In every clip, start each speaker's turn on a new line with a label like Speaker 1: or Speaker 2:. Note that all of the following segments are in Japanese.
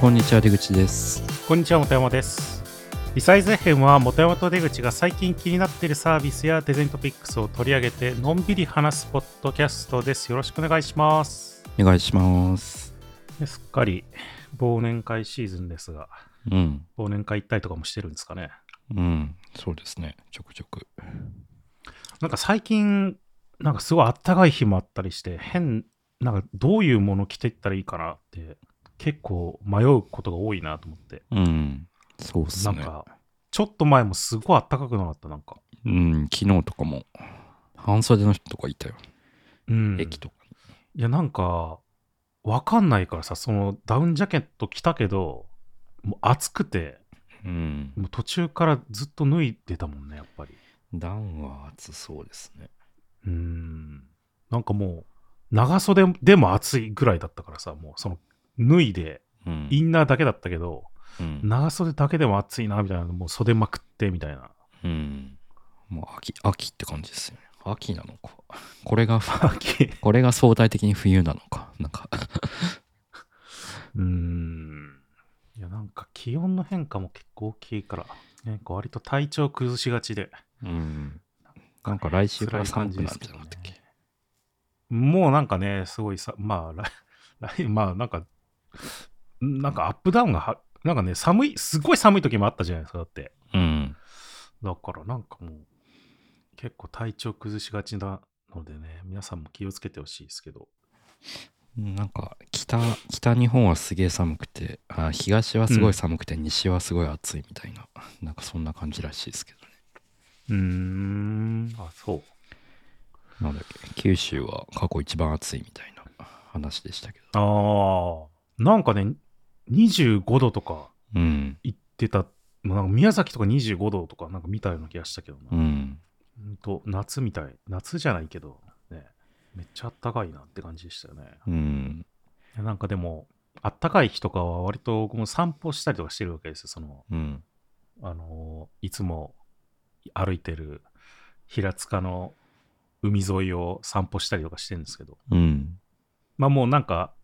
Speaker 1: こんにちは出口です
Speaker 2: こんにちは、本山です。リサイズ編は、本山と出口が最近気になっているサービスやデザイントピックスを取り上げて、のんびり話すポッドキャストです。よろしくお願いします。
Speaker 1: お願いします
Speaker 2: すっかり忘年会シーズンですが、
Speaker 1: うん
Speaker 2: 忘年会行ったりとかもしてるんですかね。
Speaker 1: うんそうですねちょくちょく
Speaker 2: なんか最近、なんかすごいあったかい日もあったりして、変、なんかどういうもの着ていったらいいかなって、結構迷うことが多いなと思って。
Speaker 1: うんそうっす
Speaker 2: なん
Speaker 1: ね
Speaker 2: か、ちょっと前もすごいあったかくなかった、なんか。
Speaker 1: うん昨日とかも半袖の人とかいたよ、
Speaker 2: うん。
Speaker 1: 駅とか
Speaker 2: いや、なんか、わかんないからさ、そのダウンジャケット着たけど、もう暑くて、
Speaker 1: にうん
Speaker 2: もう途中からずっと脱いでたもんね、やっぱり。
Speaker 1: ダウンは暑そうですね
Speaker 2: うーん。なんかもう、長袖でも暑いぐらいだったからさ、もうその、脱いで、
Speaker 1: うん
Speaker 2: インナーだけだったけど、
Speaker 1: うん、
Speaker 2: 長袖だけでも暑いな、みたいな、もう袖まくって、みたいな。
Speaker 1: うん、もう秋秋って感じですよね秋なのかこれが
Speaker 2: 秋。
Speaker 1: これが相対的に冬なのかなんか
Speaker 2: うーん。いや、なんか気温の変化も結構大きいから、なんか割と体調崩しがちで。
Speaker 1: うんなんか来週から寒くなるんじゃなか
Speaker 2: 辛い感
Speaker 1: っ
Speaker 2: じ
Speaker 1: たっ
Speaker 2: で
Speaker 1: け
Speaker 2: すけもうなんかね、すごいさ、ま あ、来、来まあなんか、なんかアップダウンがは、なんかね、寒い、すごい寒い時もあったじゃないですか、だって。
Speaker 1: うん
Speaker 2: だからなんかもう、結構体調崩しがちなのでね、皆さんも気をつけてほしいですけど。
Speaker 1: なんか北北日本はすげえ寒くてあ東はすごい寒くて、西はすごい暑いみたいななんかそんな感じらしいですけどね
Speaker 2: うーん、あ、そう。
Speaker 1: なんだっけ九州は過去一番暑いみたいな話でしたけど
Speaker 2: ああ、なんかね、25度とか
Speaker 1: うん
Speaker 2: 言ってた、なんか宮崎とか25度とかなんか見たような気がしたけどな。
Speaker 1: うん
Speaker 2: ほんと夏みたい夏じゃないけどねめっちゃあったかいなって感じでしたよね
Speaker 1: うん
Speaker 2: いやなんかでもあったかい日とかは割と僕も散歩したりとかしてるわけですよその
Speaker 1: うん
Speaker 2: あのーいつも歩いてる平塚の海沿いを散歩したりとかしてるんですけど
Speaker 1: うん
Speaker 2: まあもうなんか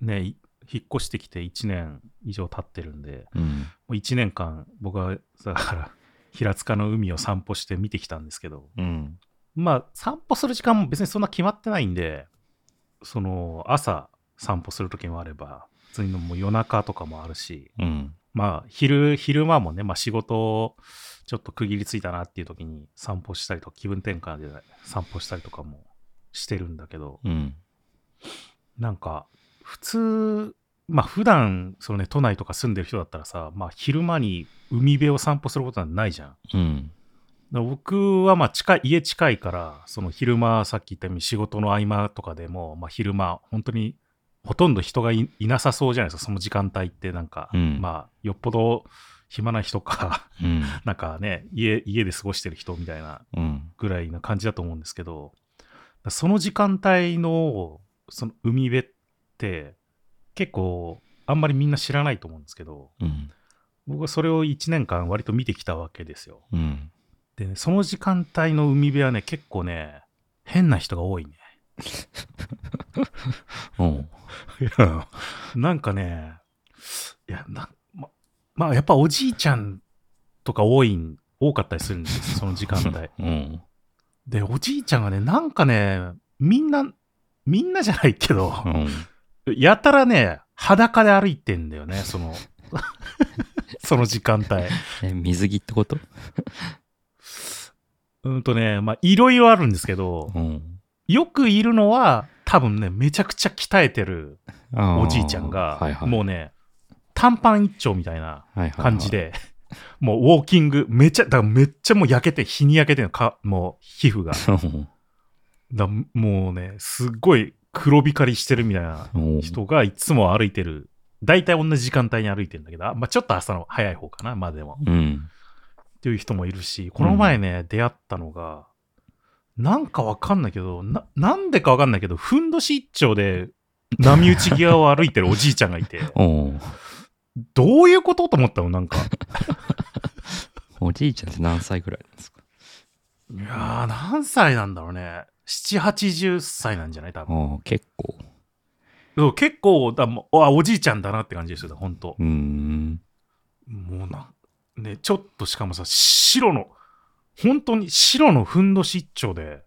Speaker 2: ねい引っ越してきて1年以上経ってるんで
Speaker 1: うん
Speaker 2: もう1年間僕はだから平塚の海を散歩して見てきたんですけど
Speaker 1: うん
Speaker 2: まあ散歩する時間も別にそんな決まってないんでその朝散歩する時もあれば普通にもう夜中とかもあるし
Speaker 1: うん
Speaker 2: まあ昼昼間もね、まあ、仕事をちょっと区切りついたなっていう時に散歩したりとか気分転換で散歩したりとかもしてるんだけど
Speaker 1: うん
Speaker 2: なんか普通まあ普段そのね都内とか住んでる人だったらさまあ昼間に海辺を散歩することなんてないじゃん。
Speaker 1: うん
Speaker 2: だから僕はまあ近い家近いからその昼間さっき言ったように仕事の合間とかでも、まあ、昼間本当にほとんど人がいいなさそうじゃないですかその時間帯ってなんか、
Speaker 1: うん
Speaker 2: まあよっぽど暇な人か
Speaker 1: うん
Speaker 2: なんかね家家で過ごしてる人みたいな
Speaker 1: うん
Speaker 2: ぐらいな感じだと思うんですけどだからその時間帯のその海辺って結構あんまりみんな知らないと思うんですけど
Speaker 1: うん
Speaker 2: 僕はそれを1年間割と見てきたわけですよ。
Speaker 1: うん
Speaker 2: でね、その時間帯の海辺はね、結構ね、変な人が多いね。
Speaker 1: おう
Speaker 2: なんかね、いや、なんま、まあ、やっぱおじいちゃんとか多いん、多かったりするんですよ、その時間 帯。
Speaker 1: うん
Speaker 2: で、おじいちゃんがね、なんかね、みんな、みんなじゃないけど、
Speaker 1: うん
Speaker 2: やたらね、裸で歩いてんだよね、その、その時間帯。
Speaker 1: え水着ってこと
Speaker 2: うんとね、まあ、いろいろあるんですけど、
Speaker 1: うん
Speaker 2: よくいるのは、多分ね、めちゃくちゃ鍛えてる
Speaker 1: あー
Speaker 2: おじいちゃんが、
Speaker 1: はいはい
Speaker 2: もうね、短パン一丁みたいな
Speaker 1: はいはいはい
Speaker 2: 感じで、 もうウォーキング、めちゃ、だからめっちゃもう焼けて、日に焼けてるのか、もう皮膚が。
Speaker 1: うん
Speaker 2: だもうね、すっごい黒光りしてるみたいな
Speaker 1: おう
Speaker 2: 人がいつも歩いてる。大体同じ時間帯に歩いてるんだけど、あまあ、ちょっと朝の早い方かな、まあでも。
Speaker 1: うん
Speaker 2: っていう人もいるし、この前ね、出会ったのが、なんかわかんないけど、な、なんでかわかんないけど、ふんどし一丁で波打ち際を歩いてるおじいちゃんがいて、
Speaker 1: おう
Speaker 2: どういうことと思ったのなんか。
Speaker 1: おじいちゃんって何歳ぐらいなんですか
Speaker 2: いやー、何歳なんだろうね。7、80歳なんじゃない多分。
Speaker 1: ああ、結構。
Speaker 2: そう結構だもうあおじいちゃんだなって感じですよ本当
Speaker 1: うーん。
Speaker 2: もうなんねちょっとしかもさ白の本当に白のふんどし一丁で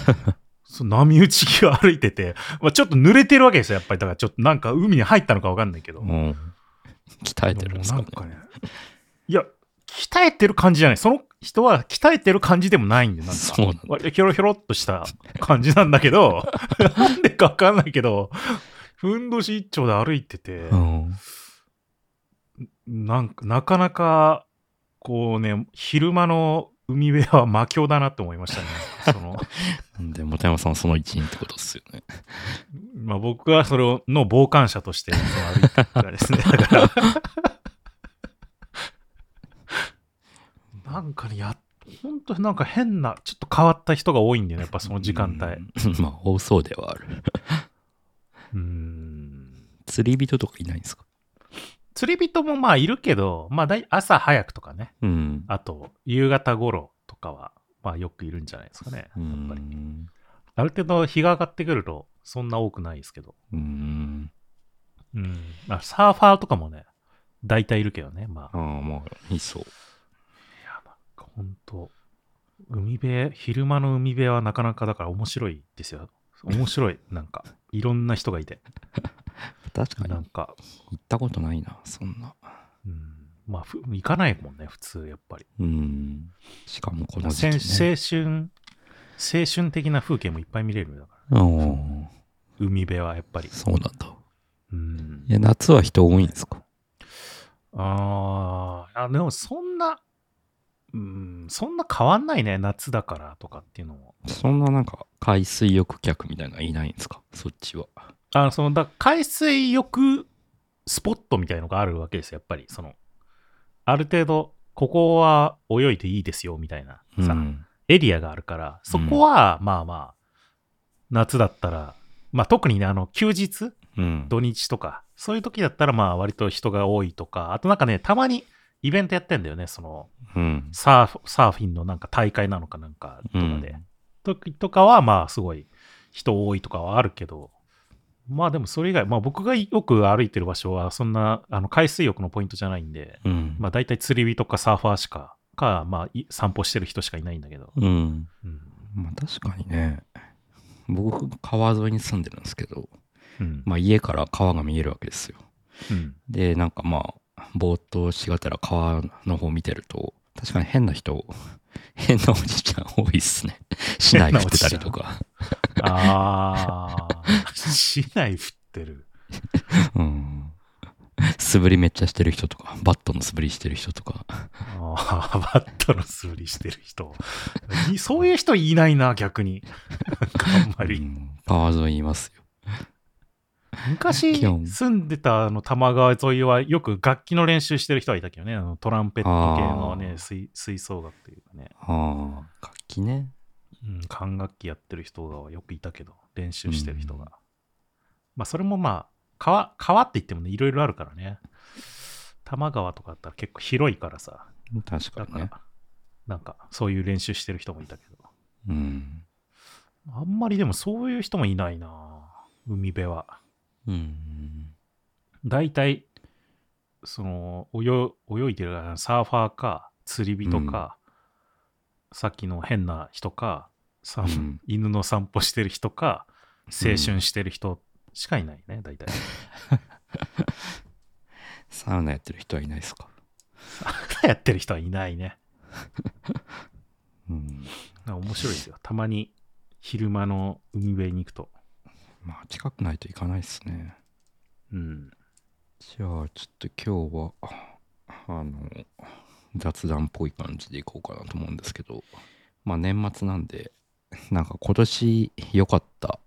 Speaker 2: そう波打ち際歩いてて、まあ、ちょっと濡れてるわけですよやっぱりだからちょっとなんか海に入ったのかわかんないけど、
Speaker 1: うん。鍛えてるんですかね
Speaker 2: も。うなんかね いや鍛えてる感じじゃないその人は鍛えてる感じでもないんでなんか
Speaker 1: そうなんだ
Speaker 2: 割とひょろひょろっとした感じなんだけど なんでかわかんないけどふんどし一丁で歩いてて、
Speaker 1: うん。
Speaker 2: なんかなかなかこうね昼間の海辺は魔境だなって思いましたねその、
Speaker 1: なんで、本山さんはその一員ってことですよね。
Speaker 2: まあ、僕はそれをの傍観者としてその歩いてるからで すねだからなんかねや本当になんか変なちょっと変わった人が多いんだよねやっぱその時間帯
Speaker 1: 帯。 まあ、多そうではある。
Speaker 2: うーん
Speaker 1: 釣り人とかいないんですか
Speaker 2: 釣り人もまあいるけど、まあ、だい朝早くとかね
Speaker 1: うん。
Speaker 2: あと夕方頃とかはまあよくいるんじゃないですかね
Speaker 1: う
Speaker 2: や
Speaker 1: ー
Speaker 2: っぱり。
Speaker 1: ん。
Speaker 2: ある程度日が上がってくると、そんな多くないですけど。
Speaker 1: うーん。
Speaker 2: うん。あサーファーとかもね、大体いるけどね。まあ、
Speaker 1: ああ、まあ、いそう。
Speaker 2: ほんと、海辺、昼間の海辺はなかなかだから面白いですよ。面白い。 なんか、いろんな人がいて。
Speaker 1: 確かに、
Speaker 2: な
Speaker 1: 行
Speaker 2: んか、
Speaker 1: ったことないな、そんな。
Speaker 2: うん。まあ、ふ行かないもんね、普通、やっぱり。
Speaker 1: うん。しかもこの時
Speaker 2: せん
Speaker 1: 期、ね。
Speaker 2: 青春、青春的な風景もいっぱい見れるよだから。
Speaker 1: うん。
Speaker 2: 海辺はやっぱり。
Speaker 1: そうなんだ。
Speaker 2: うん
Speaker 1: い。や、夏は人多いんですか
Speaker 2: あーあ、でもそんな、うん、そんな変わんないね、夏だからとかっていうのも。
Speaker 1: そんななんか、海水浴客みたいなのいないんですかそっちは。
Speaker 2: あそのだ海水浴スポットみたいのがあるわけですよ、やっぱり。そのある程度、ここは泳いでいいですよみたいなさ、
Speaker 1: うん。
Speaker 2: エリアがあるから、そこはまあまあ、夏だったら、まあ特にね、あの休日、
Speaker 1: うん。
Speaker 2: 土日とか、そういう時だったら、まあ割と人が多いとか、あとなんかね、たまにイベントやってんだよね、その
Speaker 1: うん。
Speaker 2: サーフサーフィンのなんか大会なのかなんかとかで、
Speaker 1: うん
Speaker 2: 時とかはまあすごい人多いとかはあるけどまあでもそれ以外、まあ、僕がよく歩いてる場所はそんなあの海水浴のポイントじゃないんで、
Speaker 1: うん。
Speaker 2: まあ、大体釣り人かサーファーしかか、まあ、い散歩してる人しかいないんだけど、
Speaker 1: うん。
Speaker 2: うん
Speaker 1: まあ確かにね僕川沿いに住んでるんですけど、
Speaker 2: うん
Speaker 1: まあ、家から川が見えるわけですよ
Speaker 2: うん
Speaker 1: でなんかまあぼーっとしがたら川の方見てると確かに変な人変なおじちゃん多いっす ね市内振ってたりとか
Speaker 2: あ あ市内降ってる
Speaker 1: うん素振りめっちゃしてる人とかバットの素振りしてる人とか
Speaker 2: ああ、バットの素振りしてる人。いそういう人いないな、逆に。なんかあんま
Speaker 1: う
Speaker 2: り。
Speaker 1: ん川沿いいますよ
Speaker 2: 昔、
Speaker 1: 基本
Speaker 2: 住んでたあの多摩川沿いは、よく楽器の練習してる人はいたけどね、あのトランペット系の
Speaker 1: あ
Speaker 2: ね
Speaker 1: ー、
Speaker 2: 吹吹奏楽というかね、
Speaker 1: ああ楽器ね
Speaker 2: うん、管楽器やってる人がよくいたけど、練習してる人が。まあ、それもまあ、川、川って言ってもね、いろいろあるからね。多摩川とかだったら結構広いからさ、
Speaker 1: 確か
Speaker 2: だ
Speaker 1: に
Speaker 2: か
Speaker 1: ね
Speaker 2: ら、なんか、そういう練習してる人もいたけど。
Speaker 1: うん
Speaker 2: あんまりでもそういう人もいないな海辺は。
Speaker 1: うん
Speaker 2: だいたい、その、泳泳いでるからサーファーか、釣り人か、さっきの変な人か、さ
Speaker 1: うん
Speaker 2: 犬の散歩してる人か、青春してる人しかいないね、だいたい。
Speaker 1: サウナやってる人はいないですか
Speaker 2: やってる人はいないね。
Speaker 1: うん
Speaker 2: なんか面白いですよ。たまに昼間の海辺に行くと。
Speaker 1: まあ近くないといかないですね。
Speaker 2: うん。
Speaker 1: じゃあちょっと今日はあの雑談っぽい感じでいこうかなと思うんですけど、まあ年末なんでなんか今年良かった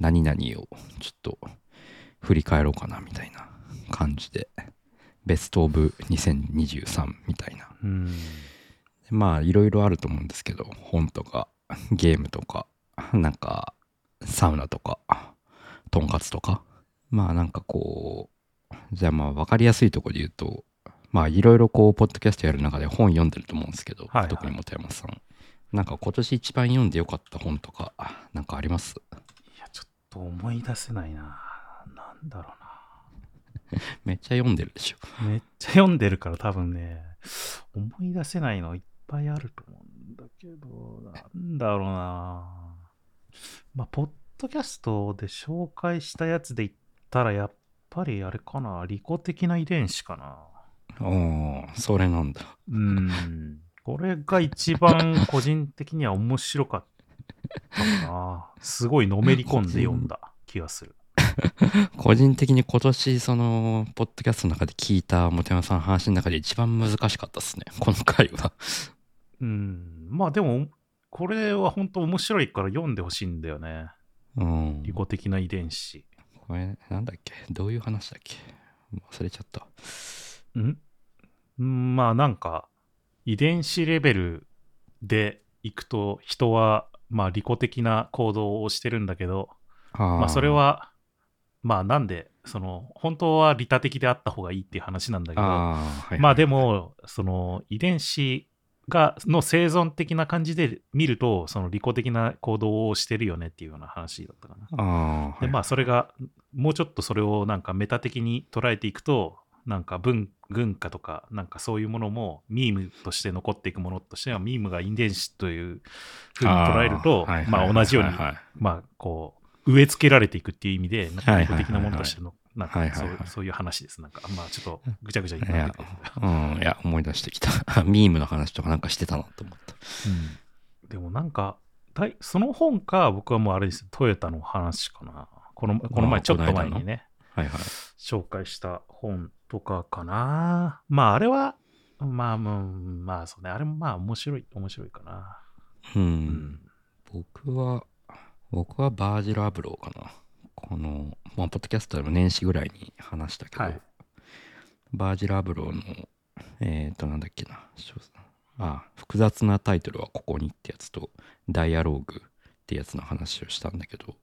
Speaker 1: 何々をちょっと振り返ろうかなみたいな感じでベストオブ2023みたいな
Speaker 2: うん。
Speaker 1: まあいろいろあると思うんですけど本とかゲームとかなんかサウナとかとんかつとかまあなんかこうじゃあまあ分かりやすいところで言うとまあいろいろこうポッドキャストやる中で本読んでると思うんですけど、
Speaker 2: はいはい
Speaker 1: 特に本山さんなんか今年一番読んでよかった本とかなんかあります
Speaker 2: いや、ちょっと思い出せないな。ななんだろ
Speaker 1: めっちゃ読んでるでしょ。
Speaker 2: うな。めっちゃ読んでるから多分ね、思い出せないのいっぱいあると思うんだけど、なんだろうな。まあ、ポッドキャストで紹介したやつで言ったら、やっぱりあれかな、利己的な遺伝子かな。
Speaker 1: おー、それなんだ。
Speaker 2: うん。これが一番個人的には面白かったかな。すごいのめり込んで読んだ気がする。
Speaker 1: 個人的に今年、その、ポッドキャストの中で聞いた本山さんの話の中で一番難しかったですね。この回は。
Speaker 2: うん。まあでも、これは本当面白いから読んでほしいんだよね。
Speaker 1: うん。
Speaker 2: 利己的な遺伝子。
Speaker 1: これ、なんだっけどういう話だっけ忘れちゃった。
Speaker 2: んうんまあなんか、遺伝子レベルでいくと人は、まあ利己的な行動をしてるんだけど、
Speaker 1: あ
Speaker 2: ま
Speaker 1: ー
Speaker 2: あそれ、は、まあなんで、その、本当は利他的であった方がいいっていう話なんだけど、
Speaker 1: ああ、はいはい。
Speaker 2: まあでも、その遺伝子がの生存的な感じで見ると、その利己的な行動をしてるよねっていうような話だったかな。
Speaker 1: ああ、はい
Speaker 2: で、まあそれが、もうちょっとそれをなんかメタ的に捉えていくと、なんか文文化とか、なんかそういうものも、ミームとして残っていくものとしては、ミームが遺伝子というふうに捉えると、
Speaker 1: あーはいはい
Speaker 2: まあ同じように
Speaker 1: はいはい
Speaker 2: まあ、こう、植え付けられていくっていう意味で、なんか
Speaker 1: はい
Speaker 2: 利
Speaker 1: はい
Speaker 2: 己
Speaker 1: はいはい
Speaker 2: 的なものとしての、なん
Speaker 1: はいは
Speaker 2: かそ
Speaker 1: いはいう
Speaker 2: そういう話です。なんか、まあ、ちょっとぐちゃぐちゃいっぱいあるけど
Speaker 1: うん、いや、思い出してきた。 ミームの話とかなんかしてたなと思った。
Speaker 2: でもなんか、だいその本か、僕はもうあれですよトヨタの話かな。このこの前、
Speaker 1: あー
Speaker 2: ちょっと前
Speaker 1: この
Speaker 2: に
Speaker 1: 間
Speaker 2: ね、
Speaker 1: はいはい。
Speaker 2: 紹介した本とかかな。まあ、あれは、まあ、まあ、まあ、そうね。あれもまあ、面白い、面白いかな。
Speaker 1: うん。
Speaker 2: うん。
Speaker 1: 僕は、僕はバージルアブローかな。この、まあ、ポッドキャストでも年始ぐらいに話したけど、
Speaker 2: はい
Speaker 1: バージルアブローの、えっ、と、なんだっけな。小説あ複雑なタイトルはここにってやつと、ダイアローグってやつの話をしたんだけど、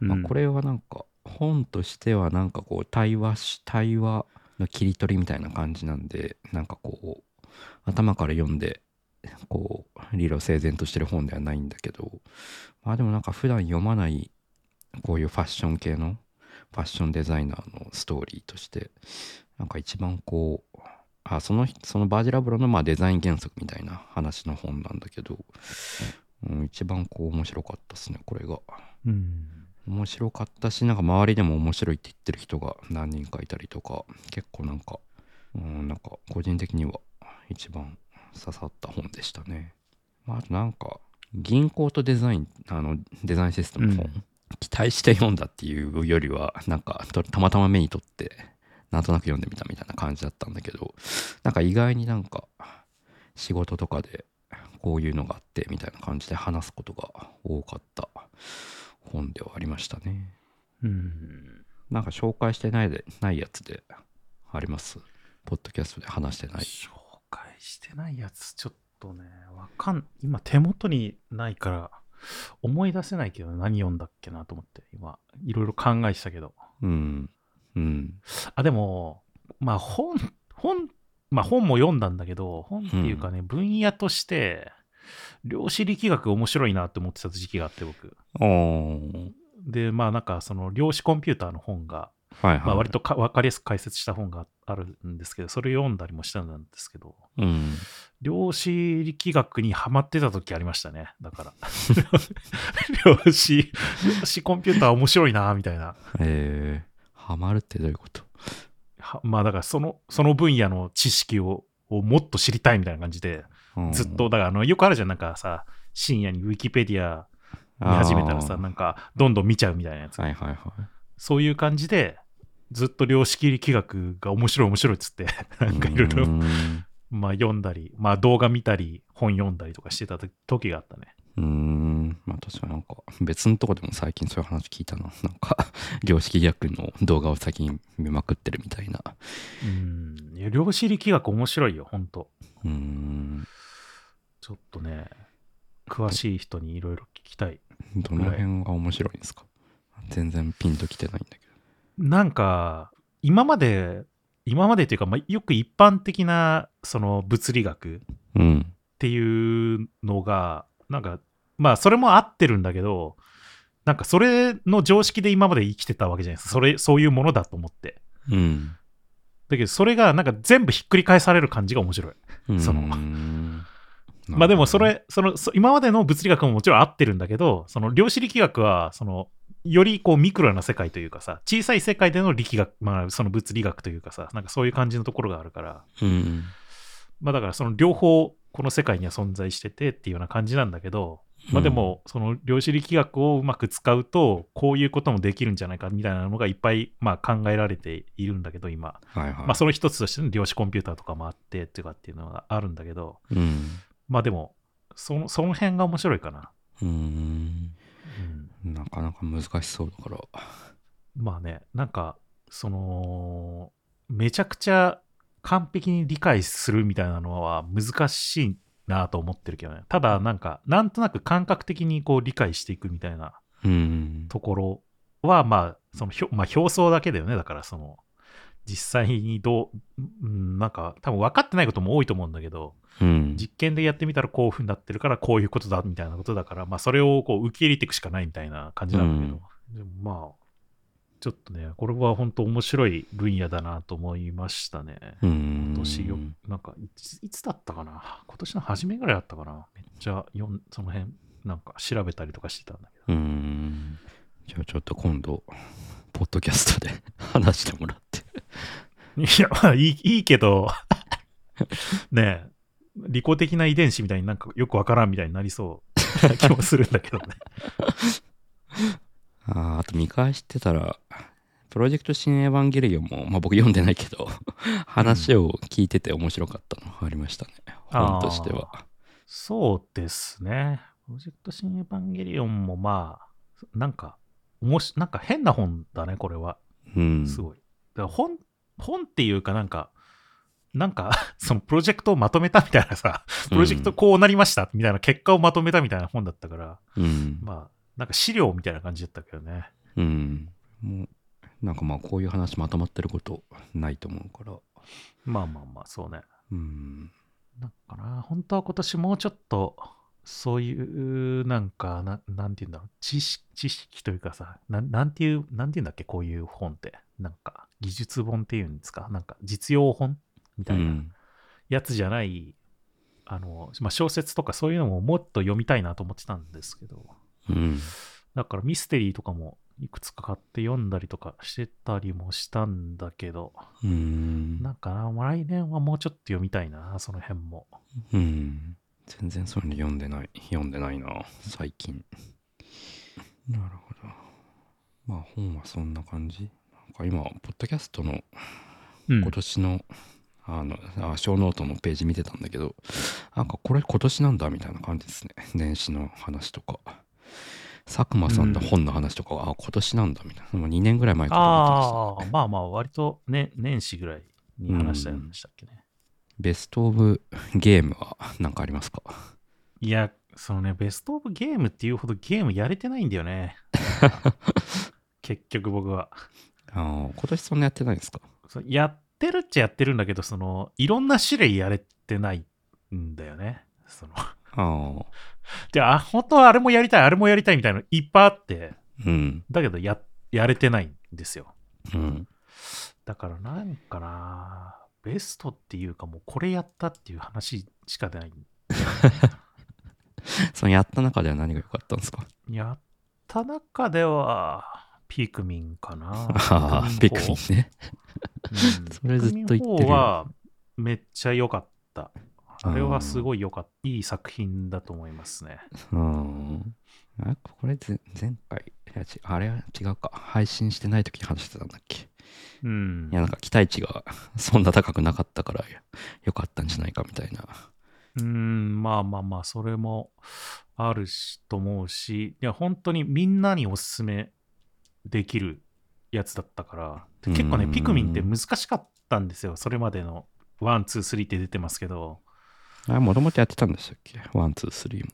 Speaker 1: まあ、これはなんか本としてはなんかこう対話し対話の切り取りみたいな感じなんでなんかこう頭から読んでこう理路整然としてる本ではないんだけどまあでもなんか普段読まないこういうファッション系のファッションデザイナーのストーリーとしてなんか一番こうあその人そのバージラブロのまあデザイン原則みたいな話の本なんだけど、うん、一番こう面白かったですねこれが。
Speaker 2: うん。
Speaker 1: 面白かったしなんか周りでも面白いって言ってる人が何人かいたりとか結構なんかうんなんか個人的には一番刺さった本でしたね、まあ、あとなんか銀行とデザインあのデザインシステムの本、
Speaker 2: うん
Speaker 1: 期待して読んだっていうよりはなんかとたまたま目に取ってなんとなく読んでみたみたいな感じだったんだけどなんか意外になんか仕事とかでこういうのがあってみたいな感じで話すことが多かった本ではありましたね。
Speaker 2: うん。
Speaker 1: なんか紹介してないでないやつであります。ポッドキャストで話してない。
Speaker 2: 紹介してないやつ、ちょっとね、わかん、今手元にないから、思い出せないけど、何読んだっけなと思って、今、いろいろ考えしたけど。
Speaker 1: うん。うん。
Speaker 2: あ、でも、まあ本、本、まあ本も読んだんだけど、本っていうかね、分野として、量子力学面白いなって思ってた時期があって、僕。
Speaker 1: おー。
Speaker 2: で、まあなんか、その量子コンピューターの本が、
Speaker 1: はいはい。
Speaker 2: まあ割とか分かりやすく解説した本があるんですけど、それ読んだりもしたんですけど、
Speaker 1: うん。
Speaker 2: 量子力学にハマってた時ありましたね。だ から。 量子、 量子コンピューター面白いな、みたいな。
Speaker 1: えー、ハマるってどういうこと
Speaker 2: はまあだからその、その分野の知識を、をもっと知りたいみたいな感じで、
Speaker 1: うん
Speaker 2: ずっと、だからあの、よくあるじゃん、なんかさ、深夜にウィキペディア見始めたらさ、
Speaker 1: あー
Speaker 2: なんか、どんどん見ちゃうみたいなやつ。
Speaker 1: はいはいはい。
Speaker 2: そういう感じで、ずっと量子力学が面白い面白いっつって、 なんかいろいうろ、
Speaker 1: ん
Speaker 2: まあ読んだり、まあ動画見たり、本読んだりとかしてた時があったね。
Speaker 1: うーんまあ確かになんか別のとこでも最近そういう話聞いたななんか 良識逆の動画を先に見まくってるみたいな
Speaker 2: うん。いや、量子力学面白いよ、ほんと。
Speaker 1: うーん
Speaker 2: ちょっとね、詳しい人にいろいろ聞きたい。
Speaker 1: どの辺が面白いんですか全然ピンときてないんだけ
Speaker 2: なんか、今まで、今までというか、まあ、よく一般的な、その、物理学っ
Speaker 1: どうん
Speaker 2: ていうのが、なんか、まあ、それも合ってるんだけど、なんかそれの常識で今まで生きてたわけじゃないですか。それ、そういうものだと思って。
Speaker 1: うん。
Speaker 2: だけど、それがなんか全部ひっくり返される感じが面白い。その
Speaker 1: うーん
Speaker 2: まあでも、そ、れ、その、そ今までの物理学ももちろん合ってるんだけど、その量子力学は、その、よりこうミクロな世界というかさ、小さい世界での力学、まあその物理学というかさ、なんかそういう感じのところがあるから、
Speaker 1: うん。
Speaker 2: まあだからその両方この世界には存在しててっていうような感じなんだけど、まあでもその量子力学をうまく使うとこういうこともできるんじゃないかみたいなのがいっぱいまあ考えられているんだけど今、
Speaker 1: はいはい。
Speaker 2: まあその一つとしての量子コンピューターとかもあってとかっていうのがあるんだけど
Speaker 1: うん。
Speaker 2: まあでもそのその辺が面白いかな、
Speaker 1: うーん。
Speaker 2: うん
Speaker 1: なかなか難しそうだから。
Speaker 2: まあねなんかそのめちゃくちゃ完璧に理解するみたいなのは難しいなと思ってるけどねただなんかなんとなく感覚的にこう理解していくみたいな
Speaker 1: うん。
Speaker 2: ところは、まあ、そのひょ、まあ、表層だけだよね。だから、その、実際にどう、うんなんか、多分分かってないことも多いと思うんだけど、
Speaker 1: うん。
Speaker 2: 実験でやってみたらこういうふうになってるから、こういうことだみたいなことだから、まあ、それをこう受け入れていくしかないみたいな感じなんだけど、でもまあ、ちょっとね、これは本当面白い分野だなと思いましたね。
Speaker 1: 今
Speaker 2: 今年よ、なんかいつ、いつだったかな今年の初めぐらいだったかなめっちゃ読ん、その辺、なんか調べたりとかしてたんだけ
Speaker 1: う
Speaker 2: ど。
Speaker 1: ーん。じゃあちょっと今度、ポッドキャストで 話してもらって。
Speaker 2: いや、まあ、いい、いいけど、 ねえ、利己的な遺伝子みたいになんかよくわからんみたいになりそうな気もするんだけどね。
Speaker 1: あーあと見返してたら、プロジェクト新エヴァンゲリオンも、まあ僕読んでないけど、 話を聞いてて面白かったのがありましたね。
Speaker 2: あー
Speaker 1: 本としては。
Speaker 2: そうですね。プロジェクト新エヴァンゲリオンもまあ、なんか、おもし、なんか変な本だね、これは。
Speaker 1: うん。
Speaker 2: すごい。だから本、本っていうかなんか、なんか、 そのプロジェクトをまとめたみたいなさ、プロジェクトこうなりましたみたいな結果をまとめたみたいな本だったから、
Speaker 1: うん。
Speaker 2: まあ、なんか資料みたいな感じだったけどね。
Speaker 1: うん。もう、なんかまあこういう話まとまってることないと思うから。
Speaker 2: まあまあまあ、そうね。
Speaker 1: うん。
Speaker 2: なんかな、本当は今年もうちょっと、そういう、なんか、ななんて言うんだろう、知識知識というかさなん、なんていう、なんて言うんだっけ、こういう本って。なんか、技術本っていうんですか、なんか、実用本み
Speaker 1: う。
Speaker 2: たいなんやつじゃない、あの、まあ、小説とかそういうのももっと読みたいなと思ってたんですけど、
Speaker 1: うん。
Speaker 2: だからミステリーとかもいくつか買って読んだりとかしてたりもしたんだけど、
Speaker 1: うん。
Speaker 2: なんかな、来年はもうちょっと読みたいな、その辺も。
Speaker 1: うん。全然そういうの読んでない。読んでないな、最近。なるほど。まあ本はそんな感じ。なんか今、ポッドキャストの
Speaker 2: うん
Speaker 1: 今年の、あの、あ、小ノートのページ見てたんだけど、なんかこれ今年なんだみたいな感じですね。 年始の話とか。佐久間さんの本の話とか、あ、今年なんだみたいな。もう2年ぐらい前から思ってました。
Speaker 2: ああ、まあまあ、割と、ね、年始ぐらいに話したんでしたっけね。
Speaker 1: ベストオブゲームは何かありますか
Speaker 2: いや、そのね、ベストオブゲームっていうほどゲームやれてないんだよ ね。結局僕は。
Speaker 1: あの今年そんなやってないですか
Speaker 2: そうやってるっちゃやってるんだけど、その、いろんな種類やれてないんだよね。その、
Speaker 1: ああ。
Speaker 2: で、あ、本当はあれもやりたい、あれもやりたいみたいなのいっぱいあって、
Speaker 1: うん。
Speaker 2: だけどや、やれてないんですよ。
Speaker 1: うん。
Speaker 2: だからなんかなベストっていうかもうこれやったっていう話しか出ない
Speaker 1: そのやった中では何が良かったんですか
Speaker 2: やった中ではピークミンかな
Speaker 1: ああ、ピクミンね。
Speaker 2: うん
Speaker 1: それずっと言ってるよ
Speaker 2: ピクミン4はめっちゃ良かったあれはすごい良かったいい作品だと思いますね
Speaker 1: うん。あこれぜ前回いやちあれは違うか配信してない時に話してたんだっけ
Speaker 2: うん
Speaker 1: いやなんか期待値が そんな高くなかったから良かったんじゃないかみたいな
Speaker 2: うんまあまあまあそれもあるしと思うしいや本当にみんなにおすすめできるやつだったからで結構ね
Speaker 1: うん
Speaker 2: ピクミンって難しかったんですよそれまでのワンツースリーって出てますけど
Speaker 1: あれもともとやってたんでしたっけワンツースリーも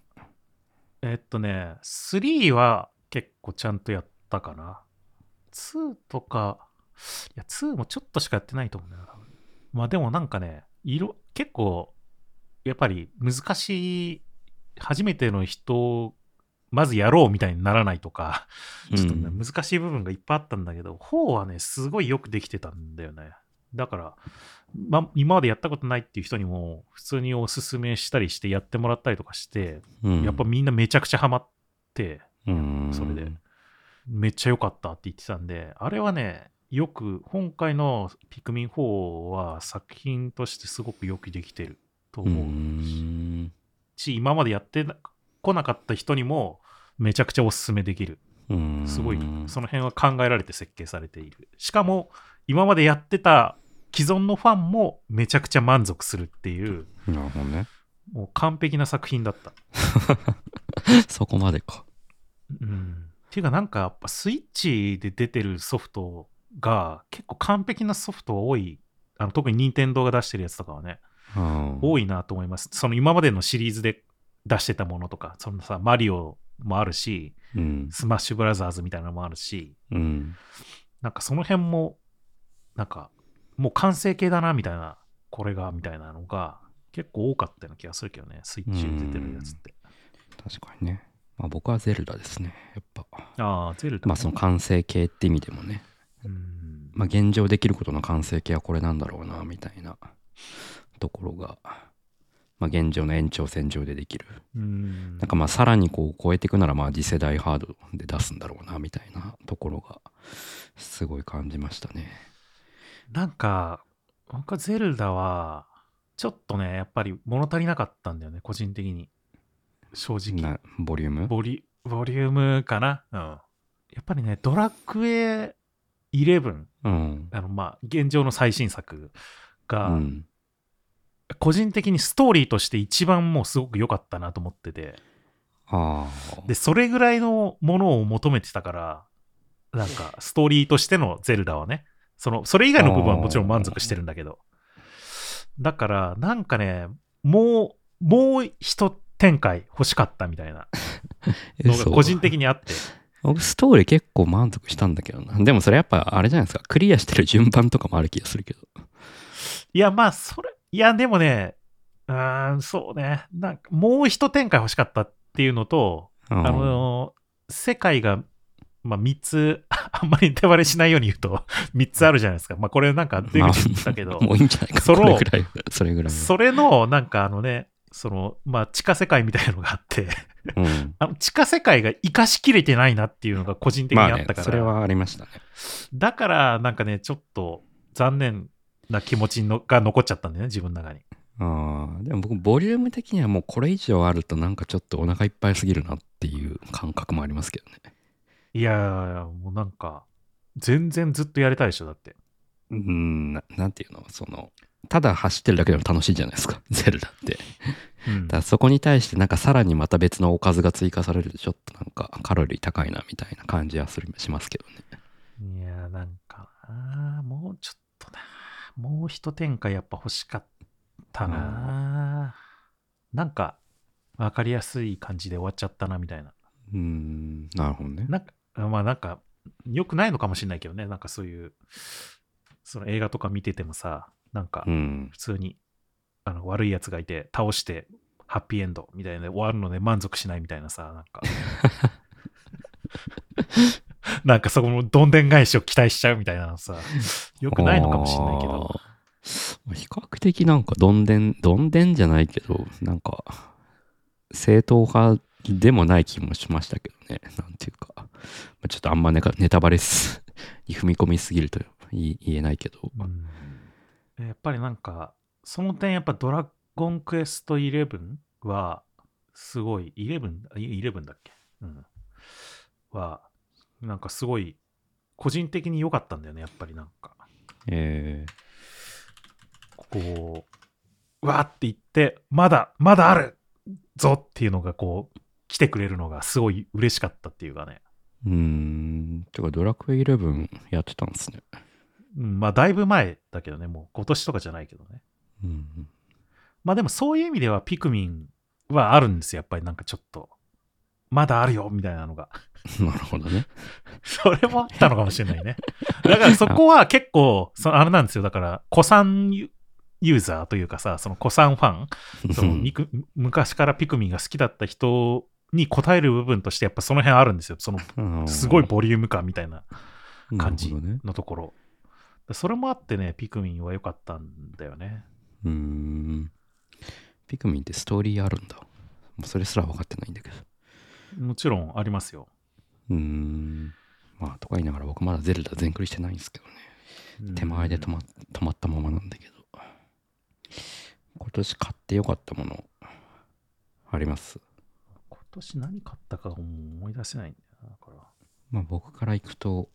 Speaker 2: えっとね3は結構ちゃんとやったかな2とかいや2もちょっとしかやってないと思うんだよな多分まあでもなんかね色結構やっぱり難しい初めての人まずやろうみたいにならないとか、ちょっとね、
Speaker 1: うん
Speaker 2: 難しい部分がいっぱいあったんだけど、方はね、すごいよくできてたんだよね。だから、ま、今までやったことないっていう人にも、普通におすすめしたりして、やってもらったりとかして、
Speaker 1: うん
Speaker 2: やっぱみんなめちゃくちゃハマって、
Speaker 1: うん
Speaker 2: それでめっちゃ良かったって言ってたんで、あれはね、よく、今回のピクミン4は作品としてすごくよくできてると
Speaker 1: う
Speaker 2: 思う。
Speaker 1: ん
Speaker 2: し今までやってこなかった人にもめちゃくちゃおすすめできる
Speaker 1: うん
Speaker 2: すごいその辺は考えられて設計されているしかも今までやってた既存のファンもめちゃくちゃ満足するっていう
Speaker 1: なるほどね
Speaker 2: もう完璧な作品だった
Speaker 1: そこまでか
Speaker 2: うんていうかなんかやっぱスイッチで出てるソフトが結構完璧なソフトが多いあの特に任天堂が出してるやつとかはね多
Speaker 1: い
Speaker 2: いなと思いますその今までのシリーズで出してたものとかそのさマリオもあるし
Speaker 1: うん
Speaker 2: スマッシュブラザーズみたいなのもあるし、
Speaker 1: うん
Speaker 2: なんかその辺も、なんか、もう完成形だな、みたいな、これが、みたいなのが、結構多かったような気がするけどね、スイッチで出てるやつって。
Speaker 1: 確かにねまあ僕はゼルダですねやっぱ
Speaker 2: ああ、ゼルダね、
Speaker 1: まあその完成形って意味でもね
Speaker 2: うん
Speaker 1: まあ現状できることの完成形はこれなんだろうなみたいなところがまあ現状の延長線上でできる
Speaker 2: うん
Speaker 1: なんかまあさらにこう超えていくならまあ次世代ハードで出すんだろうなみたいなところがすごい感じましたね。
Speaker 2: なんか、僕はゼルダは、ちょっとね、やっぱり物足りなかったんだよね、個人的に。正直。
Speaker 1: なボリューム
Speaker 2: ボリボリュームかな。うん。やっぱりね、ドラクエ11、
Speaker 1: うん。
Speaker 2: あの、まあ、現状の最新作
Speaker 1: う
Speaker 2: が、
Speaker 1: ん。
Speaker 2: 個人的にストーリーとして一番もうすごく良かったなと思ってて
Speaker 1: ああ。
Speaker 2: でそれぐらいのものを求めてたからなんかストーリーとしてのゼルダはねそのそれ以外の部分はもちろん満足してるんだけどだからなんかねもうもう一展開欲しかったみたいなのが
Speaker 1: 嘘
Speaker 2: 個人的にあって
Speaker 1: 僕ストーリー結構満足したんだけどな。でもそれやっぱあれじゃないですか。クリアしてる順番とかもある気がするけど。
Speaker 2: いやまあそれいやでもねうーんそうねなんかもう一展開欲しかったっていうのと
Speaker 1: うん
Speaker 2: あのー世界が、まあ、3つ、 あんまりネタバレしないように言うと、3つあ るじゃないですか。まあ、これなんか出
Speaker 1: まあ
Speaker 2: 口だけど、
Speaker 1: もういいんじゃないか。
Speaker 2: そ
Speaker 1: そ
Speaker 2: の
Speaker 1: れぐらい。それぐらい。
Speaker 2: それの、なんかあのね、その、まあ、地下世界みたいなのがあって、
Speaker 1: うん。
Speaker 2: あの地下世界が生かしきれてないなっていうのが個人的に
Speaker 1: ま
Speaker 2: あ
Speaker 1: あ
Speaker 2: っ
Speaker 1: ね
Speaker 2: たか、ら、
Speaker 1: それはありましたね。
Speaker 2: だから、なんかね、ちょっと残念な気持ちのが残っちゃったんだよね、自分の中に。
Speaker 1: ああ。でも僕、ボリューム的にはもうこれ以上あるとなんかちょっとお腹いっぱいすぎるなっていう感覚もありますけどね。
Speaker 2: いやー、もうなんか、全然ずっとやりたいでしょ、だって。
Speaker 1: うんななんていうのそのただ走ってるだけでも楽しいじゃないですか ゼルダってだ
Speaker 2: うん
Speaker 1: からそこに対してなんかさらにまた別のおかずが追加されるとちょっとなんかカロリー高いなみたいな感じはするしますけどね
Speaker 2: いやーなんかなーもうちょっとなーもう一展開やっぱ欲しかったなー、なんか分かりやすい感じで終わっちゃったなみたいな
Speaker 1: うーんなるほどね
Speaker 2: なんかまあなんか良くないのかもしれないけどねなんかそういうその映画とか見ててもさなんか
Speaker 1: うん
Speaker 2: 普通にあの悪いやつがいて倒してハッピーエンドみたいなで終わるので満足しないみたいなさなんかなんかそこのどんでん返しを期待しちゃうみたいなのさよくないのかもしれないけど
Speaker 1: あー比較的なんかどんでんどんでんじゃないけどなんか正当派でもない気もしましたけどねなんていうかまあちょっとあんまネカネタバレす に踏み込みすぎると言い言えないけど、
Speaker 2: うんやっぱりなんかその点やっぱ「ドラゴンクエスト11」はすごい11あい11だっけ、うん、はなんかすごい個人的に良かったんだよねやっぱりなんか
Speaker 1: えー
Speaker 2: こう、うわーって言って、まだ、まだあるぞっていうのがこう、来てくれるのがすごい嬉しかったっていうかね。
Speaker 1: うーん。てか、ドラクエ11やってたんですね。
Speaker 2: うん、まあ、だいぶ前だけどね、もう今年とかじゃないけどね。
Speaker 1: うん。
Speaker 2: まあでもそういう意味ではピクミンはあるんですよ、やっぱりなんかちょっと。まだあるよみたいなのが。
Speaker 1: なるほどね。
Speaker 2: それもあったのかもしれないね。だからそこは結構、そのあれなんですよ、だから、古参ユユーザ ーというかさ、その古参ファンそのミク昔からピクミンが好きだった人に応える部分として、やっぱその辺あるんですよ。その、
Speaker 1: うん
Speaker 2: すごいボリューム感みたいな感じ
Speaker 1: なるほどね。
Speaker 2: のところ。それもあってね、ピクミンは良かったんだよね。
Speaker 1: うーん。ピクミンってストーリーあるんだ。もうそれすら分かってないんだけど。
Speaker 2: もちろんありますよ。
Speaker 1: うーん。まあ、とか言いながら僕まだゼルダ全クリしてないんですけどね。手前で止ま止まったままなんだけど。今年買ってよかったもの、あります。
Speaker 2: 今年何買ったか思い出せないんだよなだから。
Speaker 1: まあ僕から行くと、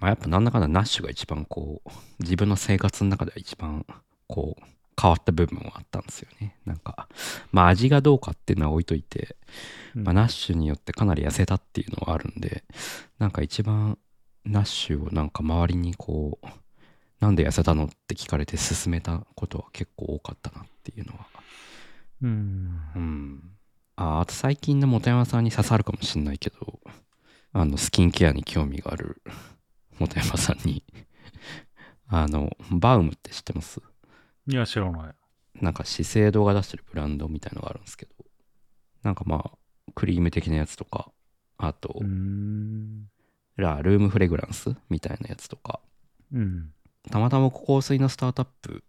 Speaker 1: まあやっぱなんだかんだナッシュが一番こう、自分の生活の中では一番こう、変わった部分はあったんですよね。なんか、まあ味がどうかっていうのは置いといて、まあ、ナッシュによってかなり痩せたっていうのはあるんでなんか一番ナッシュをなんか周りにこうなんで痩せたのって聞かれて勧めたことは結構多かったなっていうのは
Speaker 2: うん。
Speaker 1: うんああと最近の本山さんに刺さるかもしんないけどあのスキンケアに興味がある 本山さんにあのバウムって知ってます
Speaker 2: いや、知らない。
Speaker 1: なんか資生堂が出してるブランドみたいのがあるんですけどなんかまあクリーム的なやつとかあと、
Speaker 2: うん。
Speaker 1: ラルームフレグランスみたいなやつとか
Speaker 2: うん。
Speaker 1: たまたまここ香水のスタートアップ、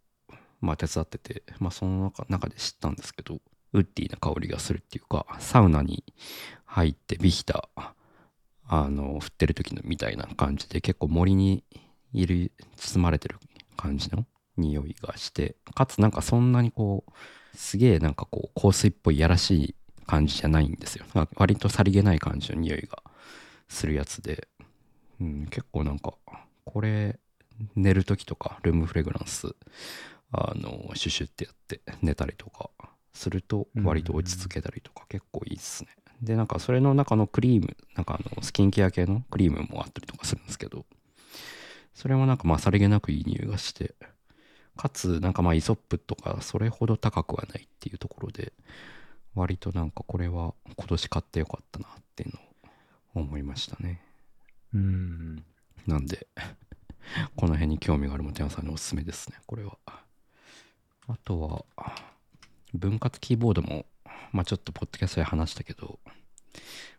Speaker 1: まあ、手伝ってて、まあ、その中中で知ったんですけどウッディな香りがするっていうかサウナに入ってビヒタあの振ってる時のみたいな感じで結構森にいる包まれてる感じの匂いがしてかつなんかそんなにこうすげえなんかこう香水っぽいやらしい感じじゃないんですよなんか割とさりげない感じの匂いがするやつで、うん、結構なんかこれ寝る時とかルームフレグランスあのシュシュってやって寝たりとかすると割と落ち着けたりとか結構いいっすね。でなんかそれの中のクリームなんかあのスキンケア系のクリームもあったりとかするんですけどそれもなんかまあさりげなくいい匂いがしてかつなんかまあイソップとかそれほど高くはないっていうところで割となんかこれは今年買ってよかったなっていうのを思いましたね。
Speaker 2: うん。
Speaker 1: なんで、この辺に興味があるもてなさんにおすすめですね、これは。あとは、分割キーボードも、まあちょっとポッドキャストで話したけど、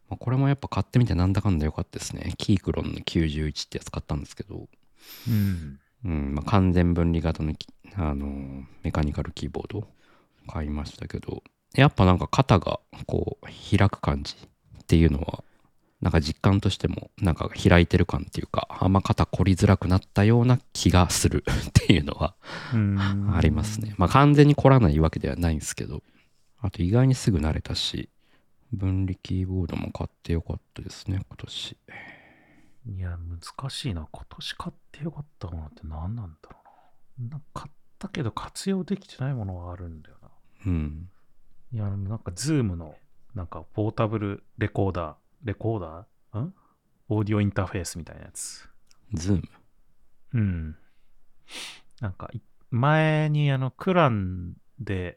Speaker 1: まあ、これもやっぱ買ってみてなんだかんだ良かったですね。キークロンの91ってやつ買ったんですけど、
Speaker 2: うん。
Speaker 1: うんまあ、完全分離型のき、あのーメカニカルキーボードを買いましたけどやっぱなんか肩がこう開く感じっていうのはなんか実感としてもなんか開いてる感っていうかあんま肩凝りづらくなったような気がする っていうのは ありますね。まあ完全に凝らないわけではないんですけどあと意外にすぐ慣れたし分離キーボードも買ってよかったですね今年。
Speaker 2: いや、難しいな。今年買ってよかったものって何なんだろうな。なんか買ったけど活用できてないものはあるんだよな。
Speaker 1: うん
Speaker 2: いや、なんか、ズームの、なんか、ポータブルレコーダー、レコーダーんオーディオインターフェースみたいなやつ。
Speaker 1: ズーム
Speaker 2: うん。なんかい、前に、あの、クランで、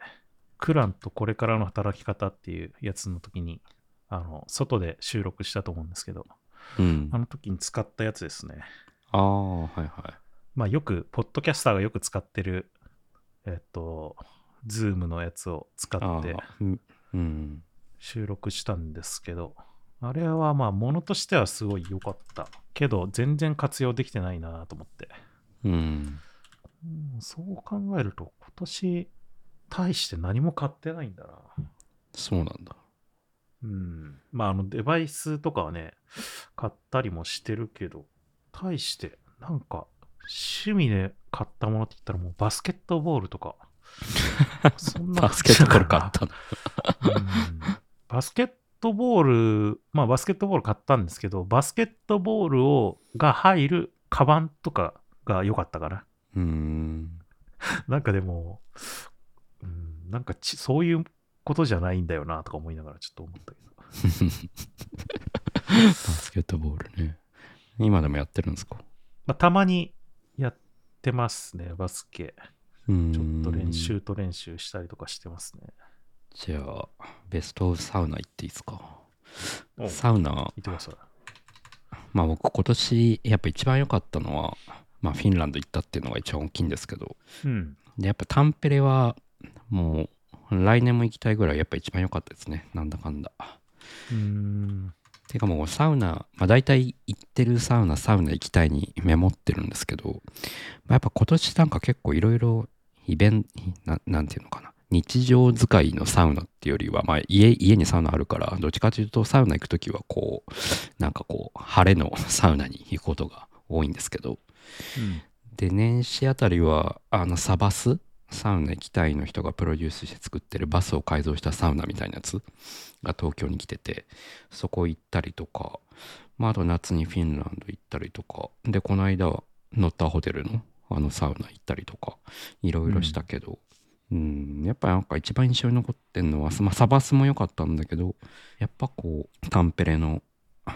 Speaker 2: クランとこれからの働き方っていうやつの時に、あの、外で収録したと思うんですけど、
Speaker 1: うん
Speaker 2: あの時に使ったやつですね。
Speaker 1: ああはいはい。
Speaker 2: まあ、よく、ポッドキャスターがよく使ってる、えっと、ズームのやつを使って
Speaker 1: あ、ーうんうん
Speaker 2: 収録したんですけど、あれはまあ、ものとしてはすごい良かった。けど、全然活用できてないなと思って。
Speaker 1: うん
Speaker 2: うんそう考えると、今年、大して何も買ってないんだな。
Speaker 1: そうなんだ
Speaker 2: うん。まあ、あの、デバイスとかはね、買ったりもしてるけど、大して、なんか、趣味で買ったものって言ったら、もうバスケットボールとか、そん
Speaker 1: バスケットボール買ったの
Speaker 2: うんバスケットボール、まあバスケットボール買ったんですけど、バスケットボールをが入るカバンとかが良かったかな。
Speaker 1: うーん
Speaker 2: なんかでも、うん、なんかちそういうことじゃないんだよなとか思いながらちょっと思ったけど。
Speaker 1: バスケットボールね今でもやってるんですか
Speaker 2: まあたまにやってますね、バスケ。
Speaker 1: うーん
Speaker 2: ちょっと練習と練習したりとかしてますね。
Speaker 1: じゃあベストオブサウナ行っていいですか
Speaker 2: お
Speaker 1: サウナ
Speaker 2: 見てください。
Speaker 1: まあ僕今年やっぱ一番良かったのはまあフィンランド行ったっていうのが一番大きいんですけど
Speaker 2: うん。
Speaker 1: でやっぱタンペレはもう来年も行きたいぐらいやっぱ一番良かったですねなんだかんだ
Speaker 2: うん。
Speaker 1: てかもうサウナ、まあ、大体行ってるサウナサウナ行きたいにメモってるんですけど、まあ、やっぱ今年なんか結構いろいろイベントななんていうのかな日常使いのサウナっていうよりは、まあ、家家にサウナあるからどっちかというとサウナ行く時はこうなんかこう晴れのサウナに行くことが多いんですけどで年始あたりはあのサバスサウナ液体の人がプロデュースして作ってるバスを改造したサウナみたいなやつが東京に来ててそこ行ったりとか、まあ、あと夏にフィンランド行ったりとかでこの間はノッターホテルのあのサウナ行ったりとかいろいろしたけど、うん、やっぱなんか一番印象に残ってんのは、まあ、サバスも良かったんだけどやっぱこうタンペレの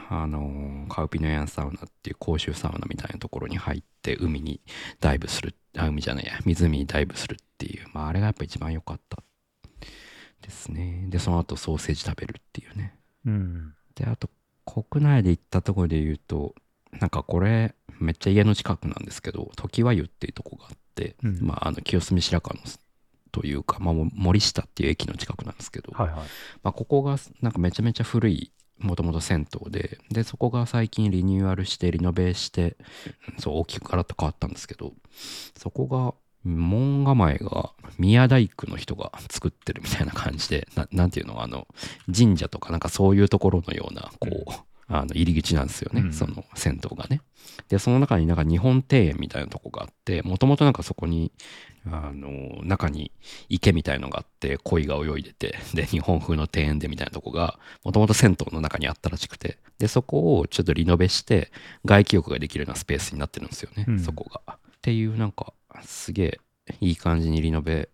Speaker 1: あのーカウピノヤンサウナっていう公衆サウナみたいなところに入って海にダイブするあ海じゃないや湖にダイブするっていう、まあ、あれがやっぱ一番良かったですねでその後ソーセージ食べるっていうね
Speaker 2: うん。
Speaker 1: であと国内で行ったところで言うとなんかこれめっちゃ家の近くなんですけど常盤湯っていうとこがあって、
Speaker 2: うん
Speaker 1: まあ、あの清澄白河のというか、まあ、もう森下っていう駅の近くなんですけど、
Speaker 2: はいはい。
Speaker 1: まあ、ここがなんかめちゃめちゃ古いもともと銭湯ででそこが最近リニューアルしてリノベしてそう大きくガラッと変わったんですけどそこが門構えが宮大工の人が作ってるみたいな感じでななんていうのあの神社とかなんかそういうところのようなこう、あの入り口なんですよね、
Speaker 2: うん
Speaker 1: その銭湯がね。でその中になんか日本庭園みたいなとこがあってもともとなんかそこにあの中に池みたいのがあって鯉が泳いでてで日本風の庭園でみたいなとこがもともと銭湯の中にあったらしくてでそこをちょっとリノベして外気浴ができるようなスペースになってるんですよね、
Speaker 2: うん
Speaker 1: そこが。っていうなんかすげえいい感じにリノベ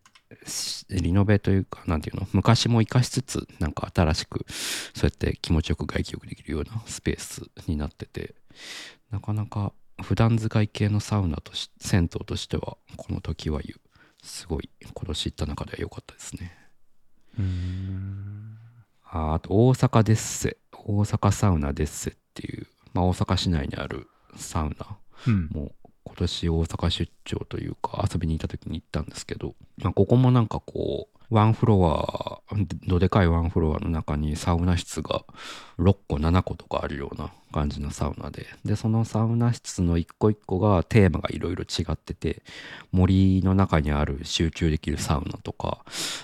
Speaker 1: しリノベというかなんていうの昔も生かしつつなんか新しくそうやって気持ちよく外気浴できるようなスペースになっててなかなか普段使い系のサウナとし銭湯としてはこの時は湯すごい今年行った中では良かったですね
Speaker 2: うん。
Speaker 1: ああと大阪デッセ大阪サウナデッセっていう、まあ、大阪市内にあるサウナ
Speaker 2: うん。
Speaker 1: もう今年大阪出張というか遊びに行った時に行ったんですけど、まあ、ここもなんかこうワンフロアどでかいワンフロアの中にサウナ室が6個7個とかあるような感じのサウナででそのサウナ室の一個一個がテーマがいろいろ違ってて森の中にある集中できるサウナとか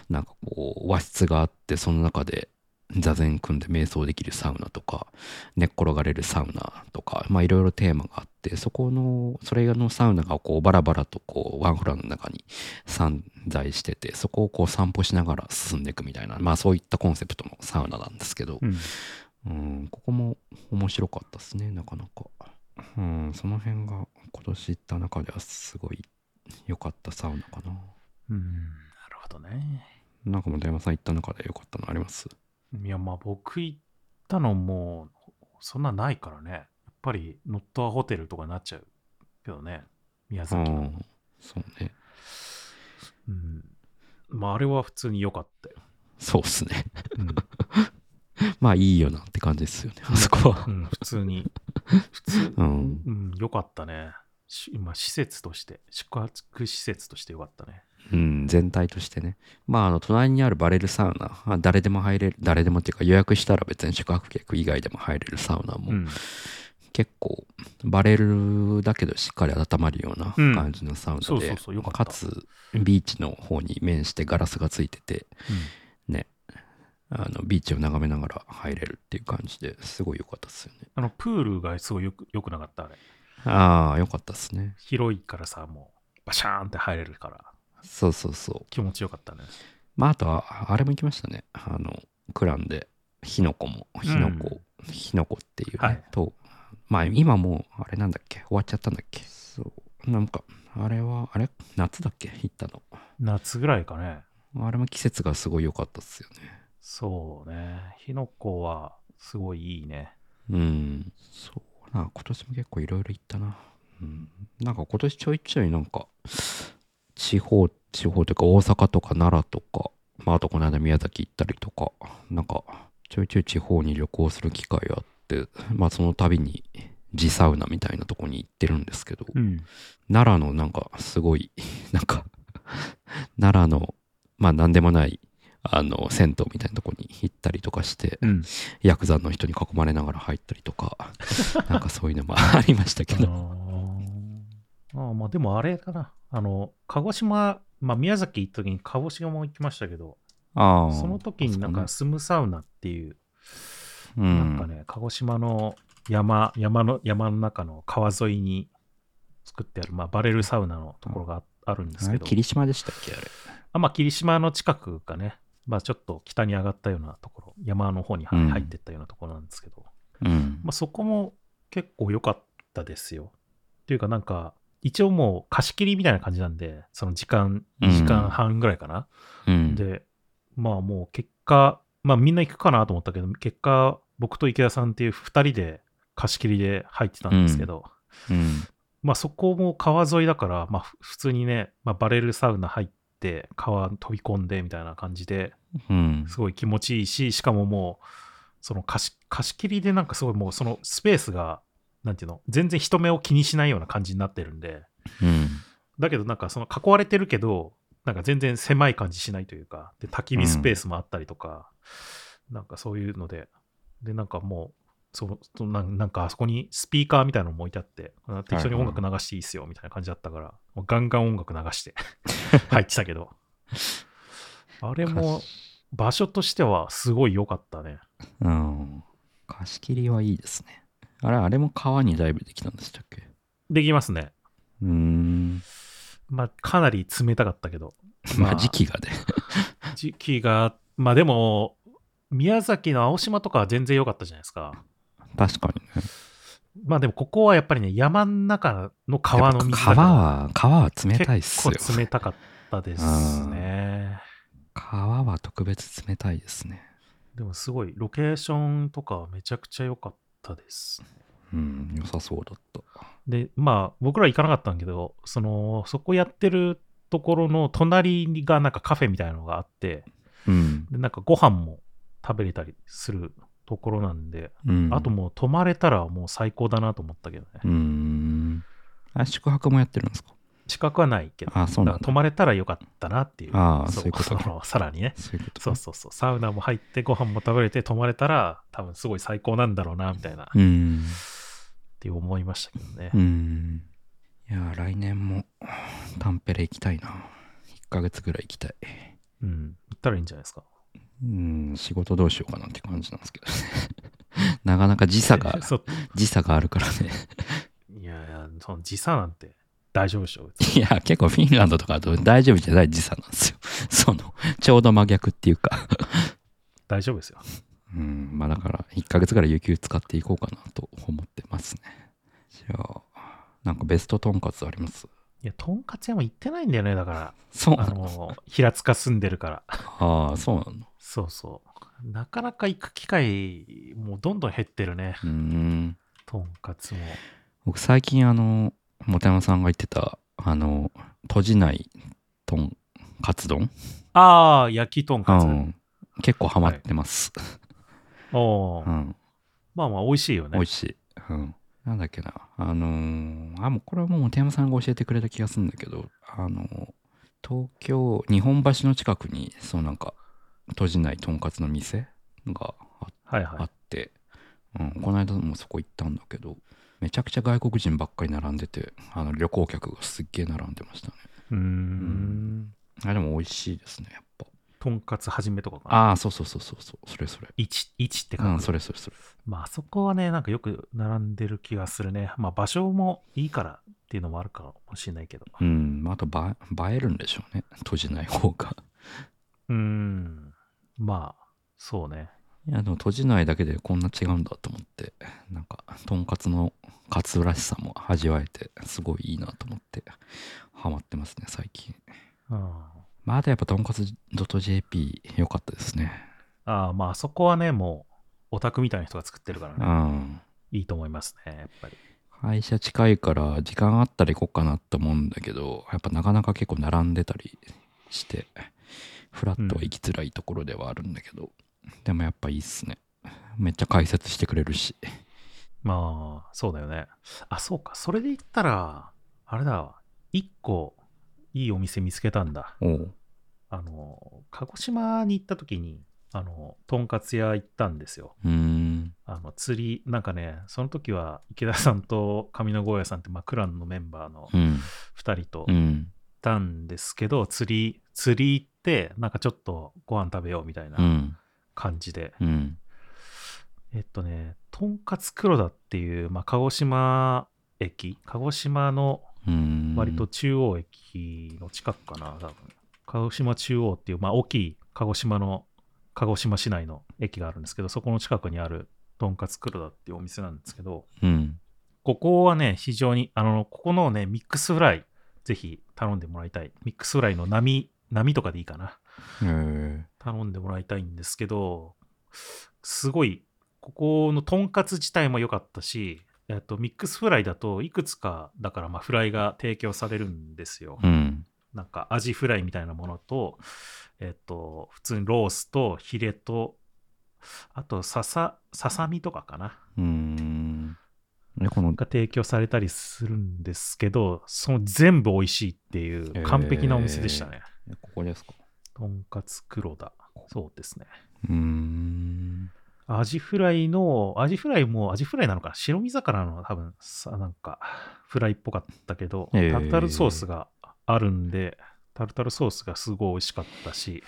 Speaker 1: なんかこう和室があってその中で座禅組んで瞑想できるサウナとか寝っ転がれるサウナとかまあいろいろテーマがあってそこのそれのサウナがこうバラバラとこうワンフロアの中に散在しててそこをこう散歩しながら進んでいくみたいなまあそういったコンセプトのサウナなんですけど
Speaker 2: うん。
Speaker 1: うんここも面白かったですねなかなかうんその辺が今年行った中ではすごい良かったサウナかな
Speaker 2: うん。なるほどね。
Speaker 1: なんか本山さん行った中で良かったのあります
Speaker 2: いや、まあ僕行ったのも、そんなないからね。やっぱりノットアホテルとかになっちゃうけどね。宮
Speaker 1: う
Speaker 2: 崎の。
Speaker 1: んそうね
Speaker 2: うん。まああれは普通に良かったよ。
Speaker 1: そうっすね
Speaker 2: うん。
Speaker 1: まあいいよなって感じですよねあそこは
Speaker 2: うん、普通に。普通、
Speaker 1: うん
Speaker 2: うん、良かったね。し今、施設として、宿泊施設として良かったね。
Speaker 1: うん、全体としてね。まあ、あの、隣にあるバレルサウナ、あ誰でも入れる、誰でもっていうか予約したら別に宿泊客以外でも入れるサウナも、
Speaker 2: うん。
Speaker 1: 結構、バレルだけどしっかり温まるような
Speaker 2: うん
Speaker 1: 感じのサウナで、
Speaker 2: そうそうそうよかった
Speaker 1: かつ、ビーチの方に面してガラスがついてて、ね、あの、ビーチを眺めながら入れるっていう感じですごい良かったですよね。
Speaker 2: あの、プールがすごいよくよくなかった、あれ。
Speaker 1: ああ、良かったですね。
Speaker 2: 広いからさ、もう、バシャーンって入れるから、
Speaker 1: そうそうそう。
Speaker 2: 気持ちよかったね。
Speaker 1: まあ、あとは、あれも行きましたね。あの、クランで、ヒノコも、ヒノコ、ヒノコっていうね、
Speaker 2: はい
Speaker 1: と、まあ、今もう、あれなんだっけ、終わっちゃったんだっけ。そう。なんか、あれは、あれ夏だっけ行ったの。
Speaker 2: 夏ぐらいかね。
Speaker 1: あれも季節がすごい良かったっすよね。
Speaker 2: そうね。火の粉は、すごいいいね。
Speaker 1: うん。そうな、今年も結構いろいろ行ったな。うん。なんか今年ちょいちょいなんか、地方、地方というか大阪とか奈良とか、まああとこの間宮崎行ったりとか、なんかちょいちょい地方に旅行する機会があって、まあその度に地サウナみたいなとこに行ってるんですけど、
Speaker 2: うん。
Speaker 1: 奈 良のなんかすごいなんか奈良のまあ何でもないあの銭湯みたいなとこに行ったりとかして、
Speaker 2: うん。
Speaker 1: ヤクザの人に囲まれながら入ったりとか なんかそういうのもありましたけど、
Speaker 2: あーあーまあでもあれかな。あの、鹿児島、まあ宮崎行った時に鹿児島も行きましたけど、
Speaker 1: ああ
Speaker 2: その時になんかスムサウナっていう、
Speaker 1: う
Speaker 2: なんか
Speaker 1: ん、
Speaker 2: ね、鹿児島の山、山の、山の中の川沿いに作ってある、まあバレルサウナのところがああるんです
Speaker 1: あ
Speaker 2: け
Speaker 1: れ
Speaker 2: ど、
Speaker 1: 霧島でしたっけあれ
Speaker 2: あまあ霧島の近くがね、まあちょっと北に上がったようなところ、山の方には
Speaker 1: うん
Speaker 2: 入ってったようなところなんですけど、
Speaker 1: うん
Speaker 2: まあ、そこも結構良かったですよ。っていうかなんか、一応もう貸し切りみたいな感じなんで、その時間、
Speaker 1: うん
Speaker 2: 2時間半ぐらいかな。
Speaker 1: うん
Speaker 2: で、まあもう結果、まあみんな行くかなと思ったけど、結果、僕と池田さんっていう2人で貸し切りで入ってたんですけど、
Speaker 1: うん
Speaker 2: まあそこも川沿いだから、まあふ普通にね、まあ、バレルサウナ入って、川飛び込んでみたいな感じで、
Speaker 1: うん
Speaker 2: すごい気持ちいいし、しかももう、その貸し貸し切りでなんかすごいもうそのスペースが、なんていうの、全然人目を気にしないような感じになってるんで、
Speaker 1: うん
Speaker 2: だけどなんかその囲われてるけど、なんか全然狭い感じしないというか、で、焚き火スペースもあったりとか、なんかそういうので、で、なんかもう、そのそのなんなんかあそこにスピーカーみたいなのも置いてあって、あ適当に音楽流していいっすよみたいな感じだったから、もうガンガン音楽流して入ってたけど、あれも場所としてはすごい良かったね。
Speaker 1: うん貸し切りはいいですねあれあれも川にダイブできたんでしたっけ
Speaker 2: できますね。
Speaker 1: うーん
Speaker 2: まあ、かなり冷たかったけど。
Speaker 1: ま
Speaker 2: ま
Speaker 1: あ
Speaker 2: あ
Speaker 1: 時期がね
Speaker 2: 時期が、まあでも、宮崎の青島とかは全然良かったじゃないですか。
Speaker 1: 確かにね
Speaker 2: まあでも、ここはやっぱりね、山の中の川の水だから
Speaker 1: 川は川は冷たいっすよ
Speaker 2: 結構冷たかったですね。
Speaker 1: 川は特別冷たいですね
Speaker 2: でもすごい、ロケーションとかはめちゃくちゃ良かったです。
Speaker 1: うん良さそうだった
Speaker 2: で、まあ、僕ら行かなかったんだけど、その、そこやってるところの隣がなんかカフェみたいなのがあって、
Speaker 1: うん、
Speaker 2: でなんかご飯も食べれたりするところなんで、
Speaker 1: うん、
Speaker 2: あともう泊まれたらもう最高だなと思ったけどね。
Speaker 1: うーんあ宿泊もやってるんですか
Speaker 2: 近くはないけど、
Speaker 1: あそうなん
Speaker 2: だから
Speaker 1: だ
Speaker 2: 泊まれたらよかったなっていう。
Speaker 1: ああそういうことか
Speaker 2: そのさらにね。
Speaker 1: そういうこと
Speaker 2: そうそうそう。サウナも入って、ご飯も食べれて、泊まれたら、多分すごい最高なんだろうな、みたいな、っ
Speaker 1: うん
Speaker 2: て思いましたけどね
Speaker 1: う。んいや来年もタンペレ行きたいな1ヶ月ぐらい行きたい
Speaker 2: うん。行ったらいいんじゃないですか。
Speaker 1: うん仕事どうしようかなって感じなんですけどね なかなか時差が
Speaker 2: そう
Speaker 1: 時差があるからね
Speaker 2: いやいや、その時差なんて大丈夫でしょ。別に
Speaker 1: いや結構フィンランドとかだと大丈夫じゃない時差なんですよ そのちょうど真逆っていうか
Speaker 2: 大丈夫ですよ。
Speaker 1: うん、まあだから1ヶ月ぐらい有給使っていこうかなと思ってますね。じゃあ、なんかベストとんかつあります
Speaker 2: いや、とんかつ屋も行ってないんだよね、だか
Speaker 1: そう
Speaker 2: ら。あ
Speaker 1: なの
Speaker 2: の、平塚住んでるから。
Speaker 1: ああ、そうなの
Speaker 2: そうそう。なかなか行く機会、もうどんどん減ってるね。
Speaker 1: うーん。
Speaker 2: とんかつも。
Speaker 1: 僕最近あの、本山さんが言ってた、あの、閉じないとんかつ丼
Speaker 2: ああ、焼きとんかつ。
Speaker 1: うん結構ハマってます。
Speaker 2: おー
Speaker 1: うん。
Speaker 2: まあまあ、美味しいよ
Speaker 1: 美
Speaker 2: ね
Speaker 1: 味。しい。うん。なんだっけな。あのーあ、もうこれはもう本山さんが教えてくれた気がするんだけど、あのー東京、日本橋の近くに、そうなんか、閉じないとんかつの店があ
Speaker 2: はい
Speaker 1: あ
Speaker 2: は
Speaker 1: って、うん、この間もそこ行ったんだけど、めちゃくちゃ外国人ばっかり並んでて、あの旅行客がすっげえ並んでましたね。
Speaker 2: い。うーん。
Speaker 1: あ、でも美味しいですね、やっぱ。
Speaker 2: とんかつはじめとかかな。
Speaker 1: ああ、そうそうそうそうそう、それそれ。
Speaker 2: 1、一って
Speaker 1: う
Speaker 2: 感
Speaker 1: ん、
Speaker 2: じ。
Speaker 1: それそれそれ。
Speaker 2: まあ、あそこはね、なんかよく並んでる気がするね。まあ、場所もいいからっていうのもあるかもしれないけど。
Speaker 1: う、
Speaker 2: うん
Speaker 1: まああとば映えるんでしょうね、閉じない方が。
Speaker 2: ーん。まあ、そうね。
Speaker 1: いやでも閉じないだけでこんな違うんだと思ってなんかとんかつのカツらしさも味わえてすごいいいなと思ってハマってますね最近
Speaker 2: うん。
Speaker 1: まああとやっぱとんかつ .jp 良かったですね
Speaker 2: ああ、まあ、あそこはね、もう、オタクみたいな人が作ってるから
Speaker 1: う
Speaker 2: ね。
Speaker 1: ん
Speaker 2: いいと思いますね、やっぱり。
Speaker 1: 会社近いから時間あったら行こうかなと思うんだけどやっぱなかなか結構並んでたりしてフラットは行きづらいところではあるんだけど、でもやっぱいいっすねめっちゃ解説してくれるし
Speaker 2: まあ、そうだよね。あ、そうか。それで言ったら、あれだわ。一個、いいお店見つけたんだ。
Speaker 1: おう
Speaker 2: あの、鹿児島に行った時に、あの、とんかつ屋行ったんですよ。
Speaker 1: うーん。
Speaker 2: あの、釣り、なんかね、その時は池田さんと上野豪也さんって、まあ、クランのメンバーの
Speaker 1: うん。
Speaker 2: 2人と
Speaker 1: う
Speaker 2: 行っ
Speaker 1: ん。
Speaker 2: たんですけど、釣り、釣り行って、なんかちょっとご飯食べようみたいな
Speaker 1: うん。
Speaker 2: 感じで、
Speaker 1: うん。
Speaker 2: えっとね、とんかつ黒田っていう、まあ、鹿児島駅、鹿児島の
Speaker 1: うん。
Speaker 2: 割と中央駅の近くかな、多分。鹿児島中央っていう、まあ、大きい鹿児島の、鹿児島市内の駅があるんですけど、そこの近くにあるとんかつ黒田っていうお店なんですけど、
Speaker 1: うん。
Speaker 2: ここはね、非常に、あの、ここのね、ミックスフライ、ぜひ頼んでもらいたい。ミックスフライの波、波とかでいいかな。
Speaker 1: へえ
Speaker 2: 頼んでもらいたいんですけど、すごい、ここのとんかつ自体も良かったし、えっと、ミックスフライだといくつか、だからまあフライが提供されるんですよ。
Speaker 1: うん。
Speaker 2: なんかアジフライみたいなものと、えっと、普通にロースとヒレと、あとささ、ささみとかかな。
Speaker 1: うん。で、この、
Speaker 2: が提供されたりするんですけど、その全部美味しいっていう完璧なお店でしたね。
Speaker 1: ここですか
Speaker 2: とんかつ黒田。そうですね。
Speaker 1: うーん。
Speaker 2: アジフライの、アジフライもアジフライなのかな白身魚の多分さ、なんか、フライっぽかったけど、
Speaker 1: えー
Speaker 2: タルタルソースがあるんで、タルタルソースがすごい美味しかったし、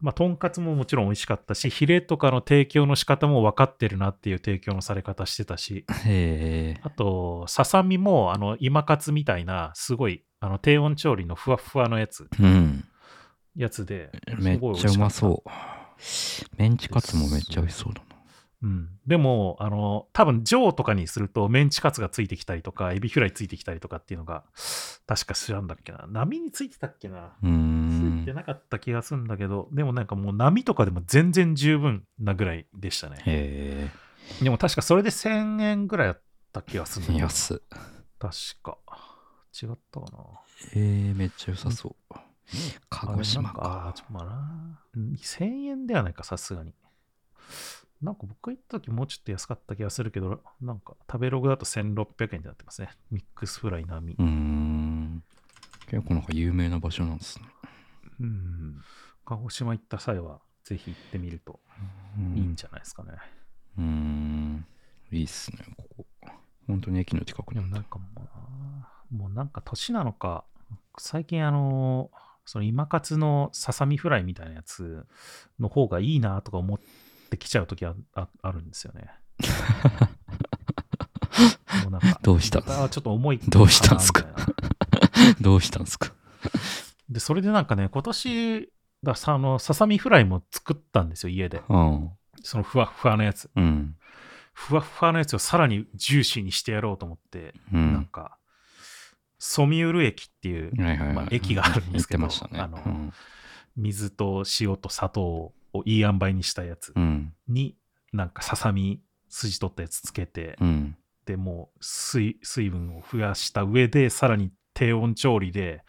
Speaker 2: まあ、とんかつももちろん美味しかったし、ヒレとかの提供の仕方も分かってるなっていう提供のされ方してたし、
Speaker 1: へえ。
Speaker 2: あと、ささみも、あの、今カツみたいな、すごい、あの、低温調理のふわふわのやつ、
Speaker 1: うん。
Speaker 2: やつで、
Speaker 1: めっちゃうま
Speaker 2: う。
Speaker 1: そう。メンチカツもめっちゃ美味しそうだな。
Speaker 2: うん。でも、あの、多分、ジョーとかにすると、メンチカツがついてきたりとか、エビフライついてきたりとかっていうのが、確か知らんだっけな。波についてたっけな。
Speaker 1: うー
Speaker 2: つい
Speaker 1: ん
Speaker 2: て。なかった気がするんだけど、でもなんかもう波とかでも全然十分なぐらいでしたね。
Speaker 1: へ
Speaker 2: でも確かそれで1000円ぐらいやった気がする
Speaker 1: え。
Speaker 2: んだけど
Speaker 1: 安っ。
Speaker 2: 確か。違ったかな。
Speaker 1: えー、めっちゃ良さそう。鹿児島か。
Speaker 2: あでもなんか。あーちょっとまあな。うん1000円ではないか、さすがに。なんか僕が行った時もうちょっと安かった気がするけど、なんか食べログだと1600円になってますね。ミックスフライ並み。
Speaker 1: うーん。結構なんか有名な場所なんですね。
Speaker 2: うん。鹿児島行った際は、ぜひ行ってみると
Speaker 1: うん
Speaker 2: いいんじゃないですかね。
Speaker 1: うーん。いいっすね、ここ。本当に駅の近くに
Speaker 2: で
Speaker 1: あっ
Speaker 2: もなん
Speaker 1: た。
Speaker 2: かもうな、もうなんか年なのか、最近あのーその今活のささみフライみたいなやつの方がいいなとか思ってきちゃうときはああるんですよね。もうなん か
Speaker 1: どうした
Speaker 2: またちょっと重いかな
Speaker 1: どうしたんすか
Speaker 2: みたいな
Speaker 1: どうしたんすか
Speaker 2: で、それでなんかね、今年、ださあのささみフライも作ったんですよ、家で。
Speaker 1: うん。
Speaker 2: そのふわっふわのやつ。
Speaker 1: うん。
Speaker 2: ふわっふわのやつをさらにジューシーにしてやろうと思って、
Speaker 1: う
Speaker 2: なん
Speaker 1: ん。
Speaker 2: か、ソミュール液っていう、
Speaker 1: はいはい
Speaker 2: ま
Speaker 1: は
Speaker 2: あ
Speaker 1: い。
Speaker 2: 液があるんですけど
Speaker 1: 言ってましたね。
Speaker 2: あの
Speaker 1: うん
Speaker 2: 水と塩と砂糖をいい塩梅にしたやつ
Speaker 1: うん。
Speaker 2: に、なんかささみ筋取ったやつつけて、
Speaker 1: うん。
Speaker 2: でもう水水分を増やした上でさらに低温調理で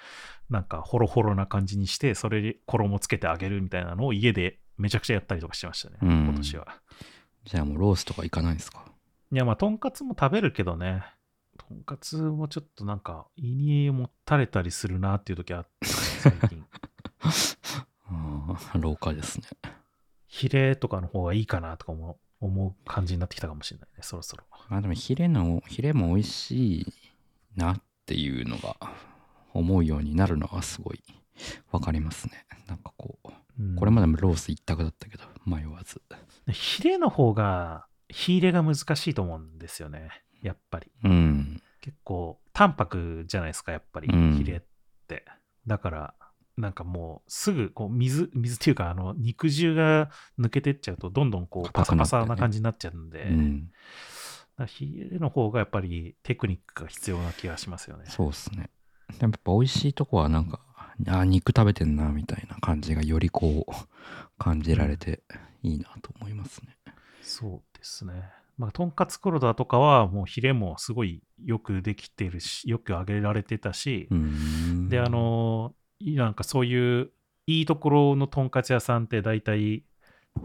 Speaker 2: なんかホロホロな感じにしてそれで衣つけてあげるみたいなのを家でめちゃくちゃやったりとかしてましたね、
Speaker 1: うん
Speaker 2: 今年は
Speaker 1: じゃあもうロースとか行かないですか
Speaker 2: いやまあとんかつも食べるけどねとんかつもちょっとなんか胃にもたれたりするなっていう時あって最 近
Speaker 1: ああ、廊下ですね。
Speaker 2: ヒレとかの方がいいかなとかも思う感じになってきたかもしれないねそろそろ
Speaker 1: まあでもヒレの、ヒレも美味しいなっていうのが思うようになるのはすごいわかりますね。なんかこう、
Speaker 2: うん
Speaker 1: これまでもロース一択だったけど、迷わず。
Speaker 2: ヒレの方が火入れが難しいと思うんですよねやっぱり
Speaker 1: うん。
Speaker 2: 結構淡白じゃないですかやっぱり
Speaker 1: うん
Speaker 2: ヒレって、だからなんかもうすぐこう水水っていうかあの肉汁が抜けてっちゃうとどんどんこうパ
Speaker 1: 硬
Speaker 2: サ
Speaker 1: くなってね
Speaker 2: パサな感じになっちゃうんで、
Speaker 1: うん。
Speaker 2: だからヒレの方がやっぱりテクニックが必要な気がしますよね
Speaker 1: そうですね。でもやっぱ美味しいとこはなんか、あー肉食べてんなみたいな感じがよりこう感じられていいなと思いますね。
Speaker 2: そうですね。まあ、とんかつ黒田とかは、もうヒレもすごいよくできてるし、よく揚げられてたし、
Speaker 1: うーん。
Speaker 2: で、あ、のー、なんかそういう、いいところのとんかつ屋さんって大体、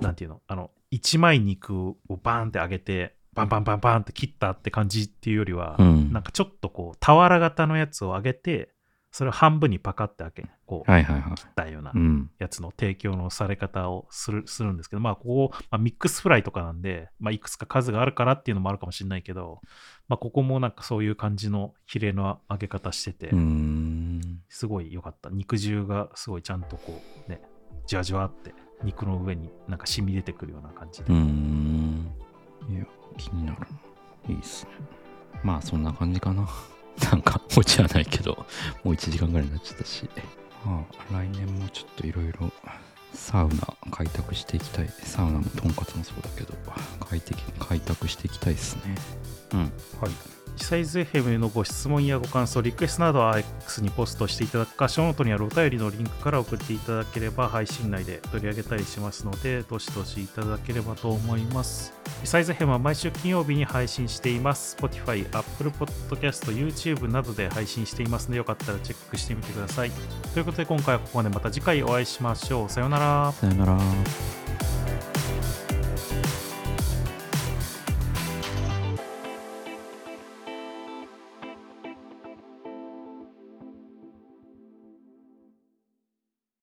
Speaker 2: なんていうの、あの、一枚肉をバーンって揚げて、バンバンバンバンって切ったって感じっていうよりは、
Speaker 1: うん。
Speaker 2: なんかちょっとこう、俵型のやつを揚げて、それを半分にパカって開け、こう、
Speaker 1: はいはいはい
Speaker 2: 切ったような
Speaker 1: うん
Speaker 2: やつの提供のされ方をするするんですけど、まあ、ここ、まあ、ミックスフライとかなんで、まあ、いくつか数があるからっていうのもあるかもしれないけど、まあ、ここもなんかそういう感じの比例の揚げ方してて、
Speaker 1: うーん
Speaker 2: すごい良かった。肉汁がすごいちゃんとこう、ね、じわじわって、肉の上になんか染み出てくるような感じ
Speaker 1: う
Speaker 2: で。
Speaker 1: ーんいや気になるいいっすねまあそんな感じかな なんか落ちはないけどもう1時間ぐらいになっちゃったしまあ来年もちょっといろいろサウナ開拓していきたいサウナもとんかつもそうだけど快適開拓していきたいっすねうん
Speaker 2: はい。サイズ FM へのご質問やご感想、リクエストなどは X にポストしていただくか、ショーノートにあるお便りのリンクから送っていただければ、配信内で取り上げたりしますので、どしどしいただければと思います。サイズ FM は毎週金曜日に配信しています。Spotify、Apple Podcast、YouTube などで配信していますので、よかったらチェックしてみてください。ということで、今回はここまでまた次回お会いしましょう。さようなら。
Speaker 1: さよなら